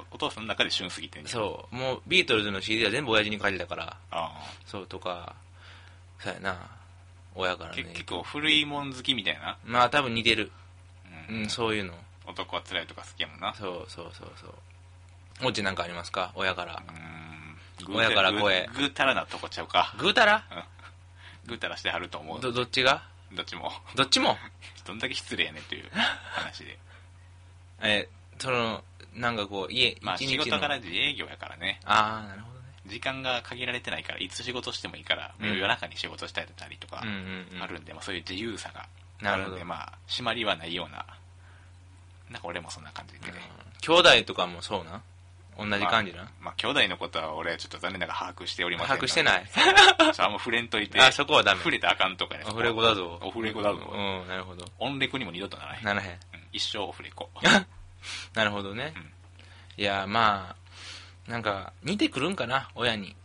Speaker 1: お父さんの中で旬すぎてんね
Speaker 2: そう、もうビートルズの CD は全部親父に借りたから、
Speaker 1: あ
Speaker 2: そうとか、そうやな、親から
Speaker 1: あ
Speaker 2: ね
Speaker 1: け。結構古いもん好きみたいな、
Speaker 2: まあ多分似てる。
Speaker 1: う
Speaker 2: うんん、そういうの。
Speaker 1: 男は辛いとか好きやもんな
Speaker 2: そうそうそうそう。もっちなんかありますか親から。
Speaker 1: うーん
Speaker 2: 親から声
Speaker 1: ぐぐうたらなとこちゃうか
Speaker 2: ぐうたら
Speaker 1: ぐうたらしてはると思うど
Speaker 2: ど、どっちが
Speaker 1: っちも
Speaker 2: どっちも。
Speaker 1: どんだけ失礼やねんという話で
Speaker 2: え、その、なんかこう、家、
Speaker 1: まあ
Speaker 2: 一
Speaker 1: 仕
Speaker 2: 日の。
Speaker 1: 事から自営業やからね
Speaker 2: ああ、なるほどね。
Speaker 1: 時間が限られてないからいつ仕事してもいいから、
Speaker 2: うん
Speaker 1: 夜中に仕事したりたりとか
Speaker 2: うんうんうん。
Speaker 1: あるんで、まあ、そういう自由さが
Speaker 2: な
Speaker 1: あ
Speaker 2: るほ
Speaker 1: る
Speaker 2: ど
Speaker 1: んでまあ締まりはないようななんか俺もそんな感じで、
Speaker 2: うん兄弟とかもそうな同じ感じな、
Speaker 1: まあ兄弟のことは俺はちょっと残念ながら把握しておりません
Speaker 2: 把握してない。
Speaker 1: ちょっとあんま触れんといて
Speaker 2: あ、そこはダメ。
Speaker 1: 触れたらあかんとかね
Speaker 2: オフレコだぞ。
Speaker 1: オフレコだぞ、
Speaker 2: うん、なるほど。
Speaker 1: オンレコにも二度とならへん、
Speaker 2: ならへん。
Speaker 1: うん一生オフレ コ
Speaker 2: なるほどね。
Speaker 1: うん
Speaker 2: いや、まあ、なんか、似てくるんかな、親に。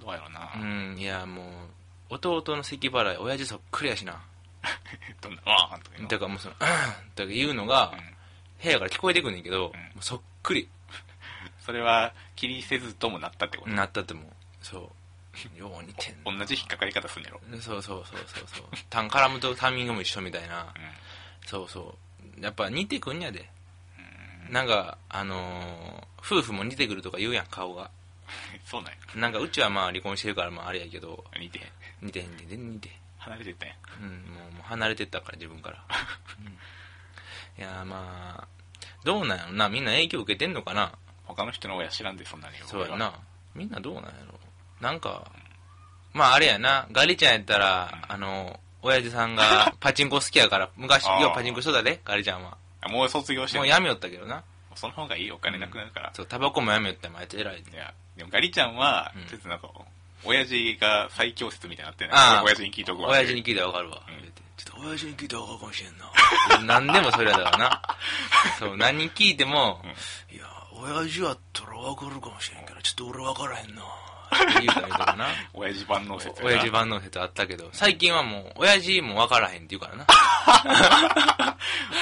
Speaker 1: どうやろうな、
Speaker 2: うん、いや、もう、弟の咳払い、親父そっくりやしな。
Speaker 1: どんなわーんとか言うの
Speaker 2: だからもうその、うんとか言うのが、
Speaker 1: うん
Speaker 2: 部屋から聞こえてくんねんけ
Speaker 1: う
Speaker 2: ど、
Speaker 1: ん
Speaker 2: もうそっくり
Speaker 1: それは気にせずともなったってこと、
Speaker 2: なったってもう、そう。よう似てん
Speaker 1: 同じ引っかかり方すんやろ、
Speaker 2: な。そうそうそうそうそう。タン絡むとタイミングも一緒みたい
Speaker 1: う
Speaker 2: な。
Speaker 1: ん
Speaker 2: そうそう。やっぱ似てくんやで。なんか、あのー夫婦も似てくるとか言うやん、顔が。
Speaker 1: そうなんや
Speaker 2: なんか、うちはまあ離婚してるからまああれやけど、
Speaker 1: 似てへん
Speaker 2: 似てへんねん、全然似てへん。
Speaker 1: 離れてったんや
Speaker 2: うん、もうもう離れてったから、自分 から。うん、いやーまあ、どうなんやろな、みんな影響受けてんのかな
Speaker 1: 他の人の親知らんでそんなに
Speaker 2: そうや
Speaker 1: 俺は
Speaker 2: な。みんなどうなんやろなんか、まああれやな、ガリちゃんやったら、あの、親父さ んがパチンコ好きやから、昔、
Speaker 1: あー
Speaker 2: ようパチンコしとったで、ガリちゃんは。
Speaker 1: あもう卒業しても
Speaker 2: もうやめよったけどな。
Speaker 1: その方がいいよお金なくなるから、
Speaker 2: そう、タバコもやめよったもんあいつ偉いで
Speaker 1: いやでもガリちゃんは、
Speaker 2: うん
Speaker 1: ちょっとなんか親父が最強説みたいになってんね
Speaker 2: ああ
Speaker 1: 親父に聞いとくわ
Speaker 2: 親父に聞いたらわかるわ、
Speaker 1: うん
Speaker 2: 言うてちょっと親父に聞いたらわかるかもしれんな何でもそれやだから なそう何に聞いても、いや親父やったらわかるかもしれんけどちょっと俺わからへ んなって言うたらいいからな
Speaker 1: 親父万能説やな
Speaker 2: 親父万能説あったけど最近はもう親父もわからへんって言うからな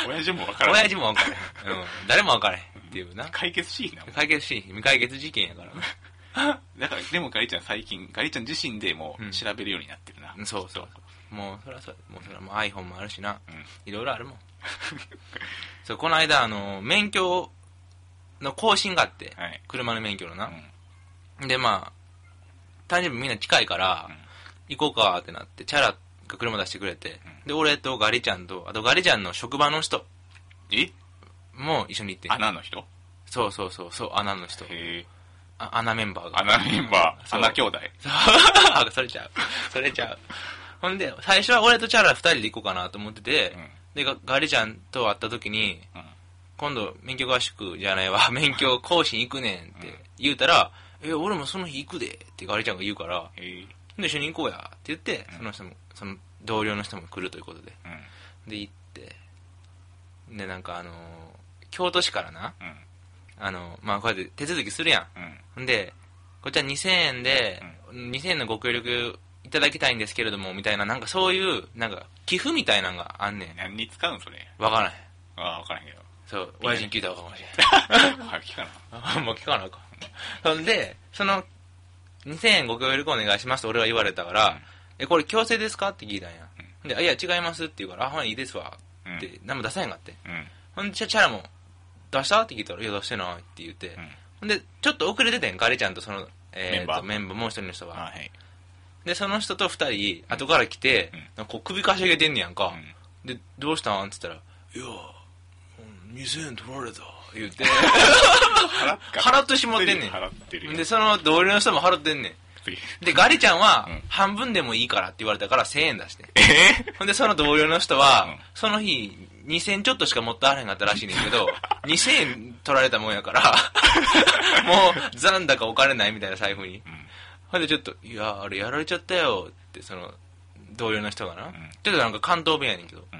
Speaker 1: 親父も分からな
Speaker 2: 親
Speaker 1: い
Speaker 2: 父もわからへん、うん、誰もわからへんっていうな
Speaker 1: 解決しいな
Speaker 2: 解決し未解決事件やからな
Speaker 1: だからでもガリちゃん最近ガリちゃん自身でも
Speaker 2: うん
Speaker 1: う調べるようになってるな、
Speaker 2: うんそうそうそうもうそらそうやもうそらもう iPhone もあるしな、
Speaker 1: うん
Speaker 2: いろいろあるもん そうこの間あの免許の更新があって、
Speaker 1: はい
Speaker 2: 車の免許のな
Speaker 1: う、ん
Speaker 2: でまあ誕生日みんな近いから、行こうかってなってチャラが車出してくれて、で俺とガリちゃんとあとガリちゃんの職場の人
Speaker 1: え
Speaker 2: も一緒に行ってん
Speaker 1: 穴の人
Speaker 2: そうそうそうそう穴の人
Speaker 1: へえ
Speaker 2: あ穴メンバーが
Speaker 1: 穴メンバー
Speaker 2: そう
Speaker 1: 穴兄弟
Speaker 2: あそれちゃう。それちゃう。ほんで、最初は俺とチャラ二人で行こうかなと思ってて、
Speaker 1: うん
Speaker 2: でガ、ガリちゃんと会った時に、
Speaker 1: うん
Speaker 2: 今度免許合宿じゃないわ、 免許更新行くねんって言うたら、え、俺もその日行くでってガリちゃんが言うから、
Speaker 1: へえ
Speaker 2: で、一緒に行こうやって言って、その人も、その同僚の人も来るということで。
Speaker 1: うん
Speaker 2: で、行って、で、なんかあのー京都市からな、
Speaker 1: うん
Speaker 2: あのまあこうやって手続きするやん。
Speaker 1: うん
Speaker 2: ほんで、こっちは2000円で、2000円のご協力いただきたいんですけれども、みたいな、なんかそういう、なんか、寄付みたいなのがあんね
Speaker 1: 何に使うんそれ
Speaker 2: ん。わからへん。
Speaker 1: ああ分からへんけど
Speaker 2: そう、親父に聞いたらわかんない。
Speaker 1: はい聞かな
Speaker 2: あんま聞かなあかん。ほんで、その、2000円ご協力お願いしますと俺は言われたから、え、これ強制ですかって聞いたんや。で、あいや、違いますって言うから、あ、ほんいいですわ。って、何も出さへんかって。
Speaker 1: うん
Speaker 2: ほんで、チャチャラも、出したって聞いたら、いや、出してないって言って、
Speaker 1: うん
Speaker 2: ほんで、ちょっと遅れててん、ガリちゃんとその、え
Speaker 1: メンバー
Speaker 2: とメンバー、もう一人の人
Speaker 1: あ
Speaker 2: は。
Speaker 1: はい
Speaker 2: で、その人と二人、後から来て、
Speaker 1: うん
Speaker 2: なんかこう首かしげてんねやんか。
Speaker 1: ん
Speaker 2: で、どうしたんって言ったら、いや、うん2000円取られた、言って、
Speaker 1: 払っ
Speaker 2: 払ってしもってんねん。
Speaker 1: 払ってるよ
Speaker 2: で、その同僚の人も払ってんね
Speaker 1: 次
Speaker 2: ん。で、ガリちゃんは
Speaker 1: うん、
Speaker 2: 半分でもいいからって言われたから1000円出して。
Speaker 1: え
Speaker 2: ほんで、その同僚の人
Speaker 1: うん
Speaker 2: は、その日、2000ちょっとしか持ってはらへんかったらしいねんけど、2000円取られたもん やから、もう、残高お金ないみたいな財布に。ほんで、ちょっと、いや、あれやられちゃったよって、その、同僚の人がな、ちょっとなんか関東弁やねんけど、
Speaker 1: うん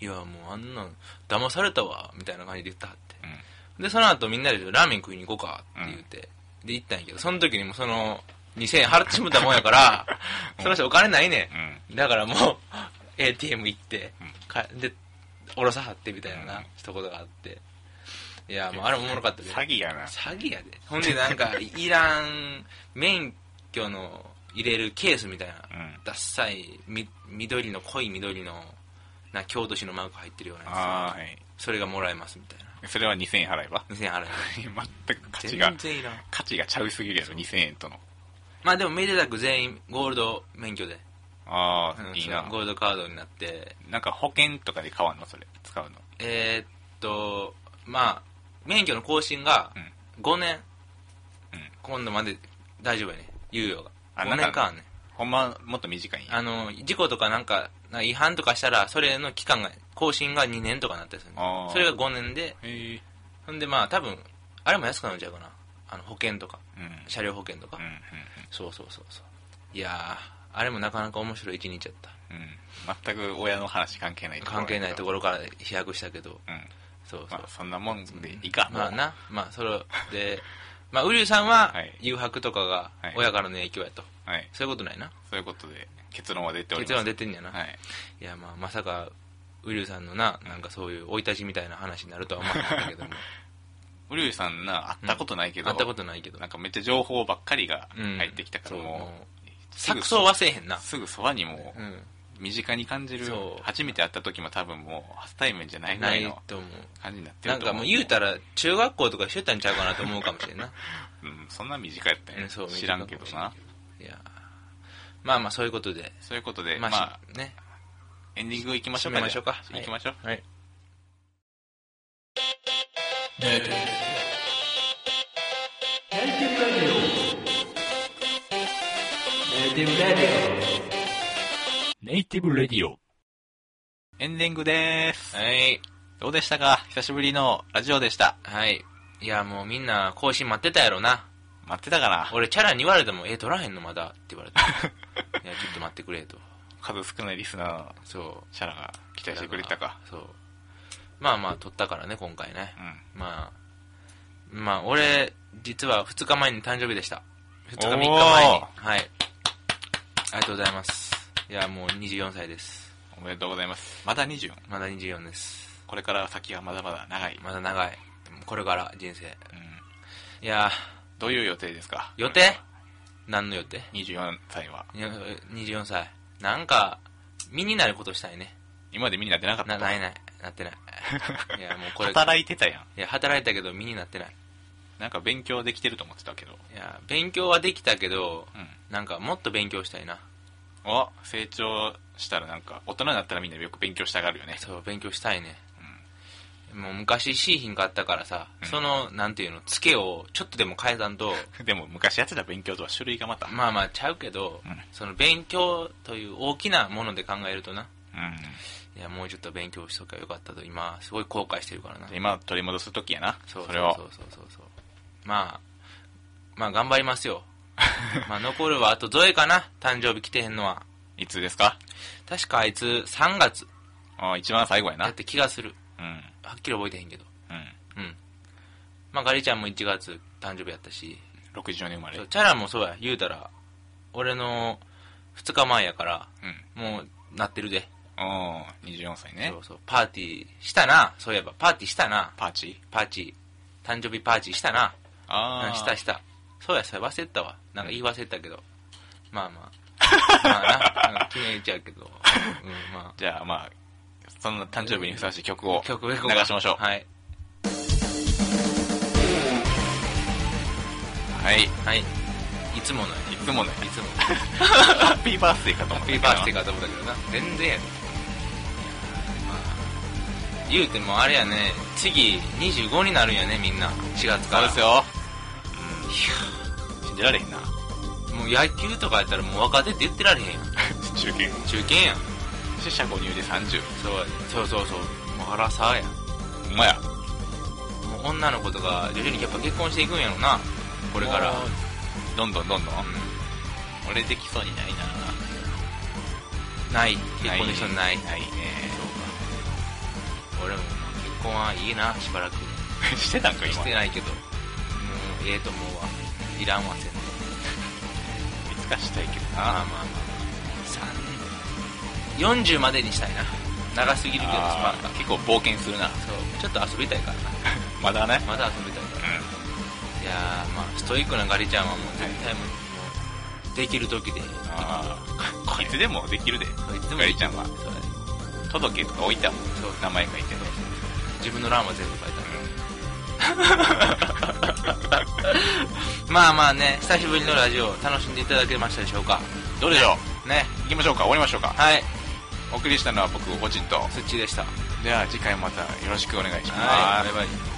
Speaker 2: いや、もうあんなん、騙されたわ、みたいな感じで言ったはって。
Speaker 1: うん
Speaker 2: で、その後みんなでラーメン食いに行こうかって言って、で、行ったんやけど、その時にもうその、2000円払ってしもたもんやから、その人お金ないねん。
Speaker 1: うんうん
Speaker 2: だからもう ATM 行って、
Speaker 1: うん
Speaker 2: かでおろさはってみたいなな、
Speaker 1: うん
Speaker 2: 一言があっていやもうあれもおもろかったで
Speaker 1: 詐欺やな
Speaker 2: 詐欺やでほんでなんかいらん免許の入れるケースみたいな、
Speaker 1: うん
Speaker 2: ダッサいみ緑の濃い緑のな京都市のマーク入ってるような
Speaker 1: あ
Speaker 2: や
Speaker 1: あはい
Speaker 2: つそれがもらえますみたいな
Speaker 1: それは2000円払えば
Speaker 2: 2000円払う
Speaker 1: 全く価 値が
Speaker 2: 全然いらん
Speaker 1: 価値がちゃうすぎるやろ2000円との
Speaker 2: まあでもめでたく全員ゴールド免許で、
Speaker 1: あ
Speaker 2: う
Speaker 1: あ
Speaker 2: ん
Speaker 1: いい
Speaker 2: そ
Speaker 1: な
Speaker 2: うゴールドカードになって
Speaker 1: なんか保険とかで買わんのそれ使うの
Speaker 2: えーっとまあ免許の更新が5年、
Speaker 1: うん
Speaker 2: 今度まで大丈夫やね猶予が
Speaker 1: あ
Speaker 2: 5
Speaker 1: な
Speaker 2: 年
Speaker 1: んか
Speaker 2: 間ね
Speaker 1: ほんまもっと短いんや
Speaker 2: あの事故とかなんかなんか違反とかしたらそれの期間が更新が2年とかなったりするね
Speaker 1: あー
Speaker 2: それが5年で
Speaker 1: へえ
Speaker 2: ほんでまあ多分あれも安くなっちゃうかなあの保険とか
Speaker 1: うんうん
Speaker 2: 車両保険とか、そうそうそうそういやーあれもなかなか面白い一日やった
Speaker 1: うんうん全く親の話関係ないところ
Speaker 2: 関係ないとこ
Speaker 1: ろ
Speaker 2: ろから飛躍したけど
Speaker 1: うん
Speaker 2: そうそう、
Speaker 1: まあそんなもんでいいか
Speaker 2: まあ
Speaker 1: もう
Speaker 2: なまあそれでまあ瓜生さんは
Speaker 1: はい
Speaker 2: 誘惑とかが
Speaker 1: はい
Speaker 2: 親からの影響やと、
Speaker 1: はい
Speaker 2: そういうことないな
Speaker 1: そういうことで結論は出ております
Speaker 2: 結論出てんやな、、
Speaker 1: はいい
Speaker 2: やまあまさか瓜生さんのななんかそういう生い立ちみたいな話になるとは思わなかったけども
Speaker 1: ウリュウさんな会ったこと ないけど
Speaker 2: 会ったことないけど
Speaker 1: なんかめっちゃ情報ばっかりが入ってきたから、
Speaker 2: うん
Speaker 1: も
Speaker 2: そうも
Speaker 1: うすぐ
Speaker 2: 錯綜はせえへんな
Speaker 1: すぐそばにも
Speaker 2: う
Speaker 1: うん身近に感じる、
Speaker 2: そう
Speaker 1: 初めて会った時も多分もう初対面じゃないぐ
Speaker 2: な
Speaker 1: らい
Speaker 2: い
Speaker 1: の
Speaker 2: と思う
Speaker 1: 感じになって
Speaker 2: な
Speaker 1: る
Speaker 2: ん
Speaker 1: と思
Speaker 2: か
Speaker 1: う
Speaker 2: もう言うたら中学校とかしてたんちゃうかなと思うかもしれ んな、
Speaker 1: うん、そんな短いやったん
Speaker 2: う
Speaker 1: や
Speaker 2: ん、そう
Speaker 1: 知らんけどない
Speaker 2: やまあまあそういうことで
Speaker 1: そういうことで、
Speaker 2: ま
Speaker 1: ま
Speaker 2: あ、
Speaker 1: あ、
Speaker 2: しね
Speaker 1: エンディング行きましょう
Speaker 2: 締
Speaker 1: か。
Speaker 2: めましょうか
Speaker 1: じゃあ行きましょう。
Speaker 2: はい
Speaker 5: ネイティブレディオ。
Speaker 4: エンディングです。
Speaker 2: はい
Speaker 4: どうでしたか久しぶりのラジオでした。
Speaker 2: はい。いや、もうみんな更新待ってたやろな。
Speaker 4: 待ってたかな
Speaker 2: 俺、チャラに言われても、え、取らへんのまだって 言われた。いや、ちょっと待ってくれと。
Speaker 1: 数少ないリスナーの
Speaker 2: そう。
Speaker 1: シャラが期待してくれたか。。
Speaker 2: そう。まあまあ、取ったからね、今回ね
Speaker 1: う。ん。
Speaker 2: まあ、まあ、俺、実は2日前に誕生日でした。2日、3日前に。
Speaker 1: おー
Speaker 2: はい。ありがとうございます。いや、もう24歳です。
Speaker 1: おめでとうございます。まだ24。
Speaker 2: まだ24です。
Speaker 1: これから先はまだまだ長い。
Speaker 2: まだ長い。これから人生。
Speaker 1: うん。
Speaker 2: いや、
Speaker 1: どういう予定ですか
Speaker 2: 予定何の予定
Speaker 1: ?24 歳は。
Speaker 2: いや24歳なんか身になることしたいね
Speaker 1: 今までみんな出なかった
Speaker 2: なないないなってないいやもうこれ
Speaker 1: 働いてたやん。
Speaker 2: いや働いたけど身になってない
Speaker 1: なんか勉強できてると思ってたけど。
Speaker 2: いや勉強はできたけど
Speaker 1: うん。
Speaker 2: なんかもっと勉強したいな
Speaker 1: お成長したらなんか、大人になったらみんなよく勉強したがるよね。
Speaker 2: そう勉強したいねもう昔 C 品があったからさ、
Speaker 1: うん
Speaker 2: そのなんていうのツケをちょっとでも変えたんと
Speaker 1: でも昔やってた勉強とは種類がまた。
Speaker 2: まあまあちゃうけど、
Speaker 1: うん
Speaker 2: その勉強という大きなもので考えるとな
Speaker 1: うん。
Speaker 2: いやもうちょっと勉強しときゃよかったと今すごい後悔してるからな
Speaker 1: 今取り戻す時やな。
Speaker 2: そ
Speaker 1: そう
Speaker 2: そう
Speaker 1: れ
Speaker 2: そう
Speaker 1: を。
Speaker 2: そうそうそうまあまあ頑張りま すよまあ残るはあとゾエかな誕生日来てへんのはい
Speaker 1: つですか
Speaker 2: 確かあいつ3月
Speaker 1: あ一番最後や
Speaker 2: だ
Speaker 1: な
Speaker 2: っ。て気がする
Speaker 1: うん。
Speaker 2: はっきり覚えてへんけど
Speaker 1: うん。
Speaker 2: うんまあガリちゃんも1月誕生日やったし
Speaker 1: 64年生まれ。
Speaker 2: そううチャラもそうや言うたら俺の2日前やから
Speaker 1: ん。
Speaker 2: もうなってるで
Speaker 1: おー、24歳ね
Speaker 2: そ。うそうパーティーしたなそういえばパーティーしたな
Speaker 1: パーチ
Speaker 2: パーチー誕生日パーチーしたな
Speaker 1: あ
Speaker 2: うん
Speaker 1: ー。
Speaker 2: したしたそうやそれ忘れてたわなんか言い忘れてたけど、 まあまあまあななんか決めちゃうけど、うん、まあ
Speaker 1: じゃあまあ、その誕生日にふさわしい曲を
Speaker 2: 曲を
Speaker 1: 流
Speaker 2: 流
Speaker 1: しましょう。は
Speaker 2: はい。
Speaker 1: い。
Speaker 2: はい。いつものや
Speaker 1: いつもね、
Speaker 2: いつも。
Speaker 1: ハッピーバースデーかと思った
Speaker 2: ハッ
Speaker 1: け
Speaker 2: ピー
Speaker 1: ど
Speaker 2: バースデーかと思ったけどな。全然やで。まあ言うてもあれやね、次25になるんやね、みんな。4月か
Speaker 1: そう
Speaker 2: ら。
Speaker 1: ですよ。信じられへんな。
Speaker 2: もう野球とかやったらもう若手って言ってられへんやん。
Speaker 1: 中堅。
Speaker 2: 中堅やん。
Speaker 1: 死者購入で30。
Speaker 2: そうやでそうそうそう。もう原沢やん。
Speaker 1: ほんまや。
Speaker 2: もう女の子とか徐々にやっぱ結婚していくんやろな。こ
Speaker 1: こ
Speaker 2: れから。。
Speaker 1: どんどんどんどん。
Speaker 2: う
Speaker 1: 俺できそうにないな。
Speaker 2: んない。結婚できそうにない。
Speaker 1: ないね。
Speaker 2: 俺もまあ結婚はいいな、しばらく。
Speaker 1: してたんか、今。
Speaker 2: してないけど。もうええと思うわ。いらんわ、せん
Speaker 1: い
Speaker 2: と。
Speaker 1: つかしたいけど
Speaker 2: まあまあ
Speaker 1: な。
Speaker 2: まあまあ3 40までにしたいな長すぎるけどスパ
Speaker 1: あ
Speaker 2: ンが
Speaker 1: ー結構冒険するな。
Speaker 2: そうちょっと遊びたいからな
Speaker 1: まだね。
Speaker 2: まだ遊びたいから、いやーまあストイックなガリちゃんはもう絶対もう、もうできる時でい
Speaker 1: ああ。 いつでもできるで。
Speaker 2: つでも
Speaker 1: ガリちゃんは。
Speaker 2: そうだね
Speaker 1: 届けとか置いたもん。
Speaker 2: そう
Speaker 1: 名前書いてね。
Speaker 2: 自分の欄は全部書いてあるまあまあね久しぶりのラジオ楽しんでいただけましたでしょうか
Speaker 1: どうでしょ
Speaker 2: ね
Speaker 1: う行きましょうか終わりましょうか。
Speaker 2: はい
Speaker 1: お送りしたのは僕、おちんと。
Speaker 2: スッチーでした
Speaker 1: では次回またよろしくお願いします。
Speaker 2: はいバイバイ